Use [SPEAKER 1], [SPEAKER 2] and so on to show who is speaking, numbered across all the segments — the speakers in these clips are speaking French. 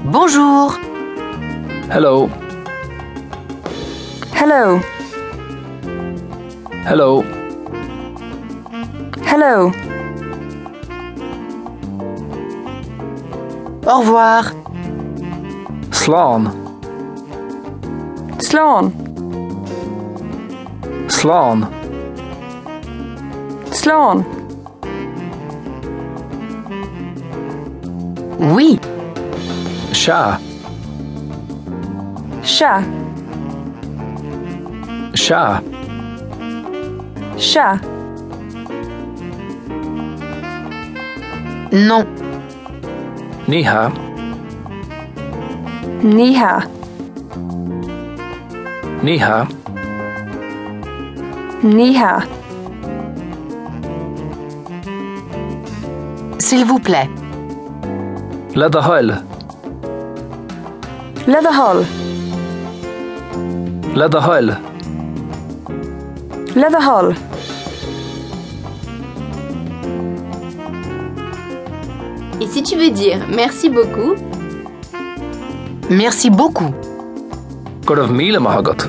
[SPEAKER 1] Bonjour.
[SPEAKER 2] Hello.
[SPEAKER 3] Hello.
[SPEAKER 2] Hello.
[SPEAKER 3] Hello.
[SPEAKER 1] Au revoir.
[SPEAKER 2] Slan.
[SPEAKER 3] Slan.
[SPEAKER 2] Slan.
[SPEAKER 3] Slan.
[SPEAKER 1] Oui.
[SPEAKER 2] Chat.
[SPEAKER 3] Chat.
[SPEAKER 2] Chat.
[SPEAKER 3] Chat.
[SPEAKER 1] Non.
[SPEAKER 2] Niha.
[SPEAKER 3] Niha.
[SPEAKER 2] Niha.
[SPEAKER 3] Niha.
[SPEAKER 1] S'il vous plaît.
[SPEAKER 2] Ladahol.
[SPEAKER 3] Leatherhall.
[SPEAKER 2] Ladahol.
[SPEAKER 3] Leatherhall.
[SPEAKER 4] Et si tu veux dire merci beaucoup,
[SPEAKER 1] Merci beaucoup.
[SPEAKER 2] Korov mile mahagot.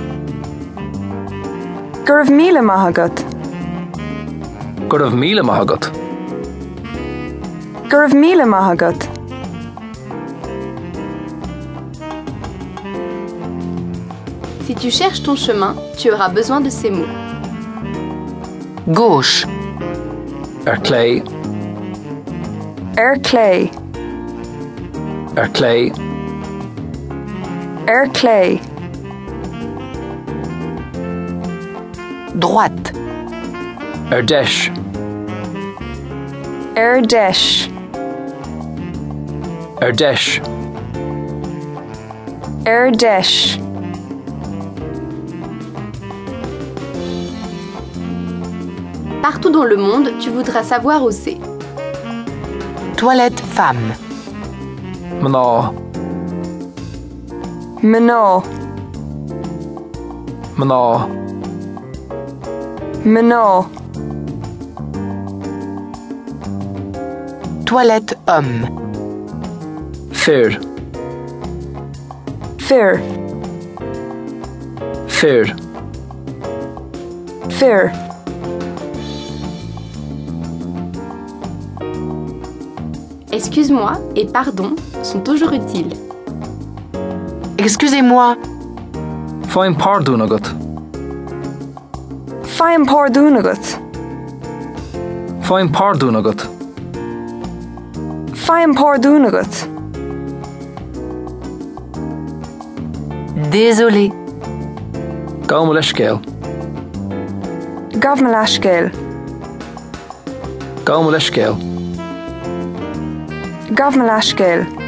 [SPEAKER 3] Gurv Mila Mahagot.
[SPEAKER 2] Korov mile mahagot.
[SPEAKER 3] Gurv Mila Mahagot.
[SPEAKER 4] si tu cherches ton chemin, tu auras besoin de ces mots.
[SPEAKER 1] Gauche.
[SPEAKER 2] Erklei.
[SPEAKER 3] Air Clay.
[SPEAKER 2] Erklei.
[SPEAKER 3] Air Clay.
[SPEAKER 1] Droite.
[SPEAKER 2] Erdesh.
[SPEAKER 3] Air Dash.
[SPEAKER 2] Erdesh.
[SPEAKER 3] Air Dash.
[SPEAKER 4] Partout dans le monde, tu voudras savoir où c'est.
[SPEAKER 1] Toilette femme.
[SPEAKER 2] Mna.
[SPEAKER 3] Manor.
[SPEAKER 2] Mna.
[SPEAKER 3] Manor.
[SPEAKER 1] Toilette homme.
[SPEAKER 2] Fyr.
[SPEAKER 3] Fear.
[SPEAKER 2] Fyr.
[SPEAKER 3] Fear.
[SPEAKER 4] Excuse-moi et pardon sont toujours utiles.
[SPEAKER 1] Excusez-moi.
[SPEAKER 2] Foin pardunagot.
[SPEAKER 3] Fine Pardunagot.
[SPEAKER 2] Foin pardunagot.
[SPEAKER 3] Fine Pardunagot.
[SPEAKER 1] Désolé.
[SPEAKER 2] Kalmuleshkel.
[SPEAKER 3] Gavmalashkel.
[SPEAKER 2] Kalmuleshkel.
[SPEAKER 3] Gavmalashkel.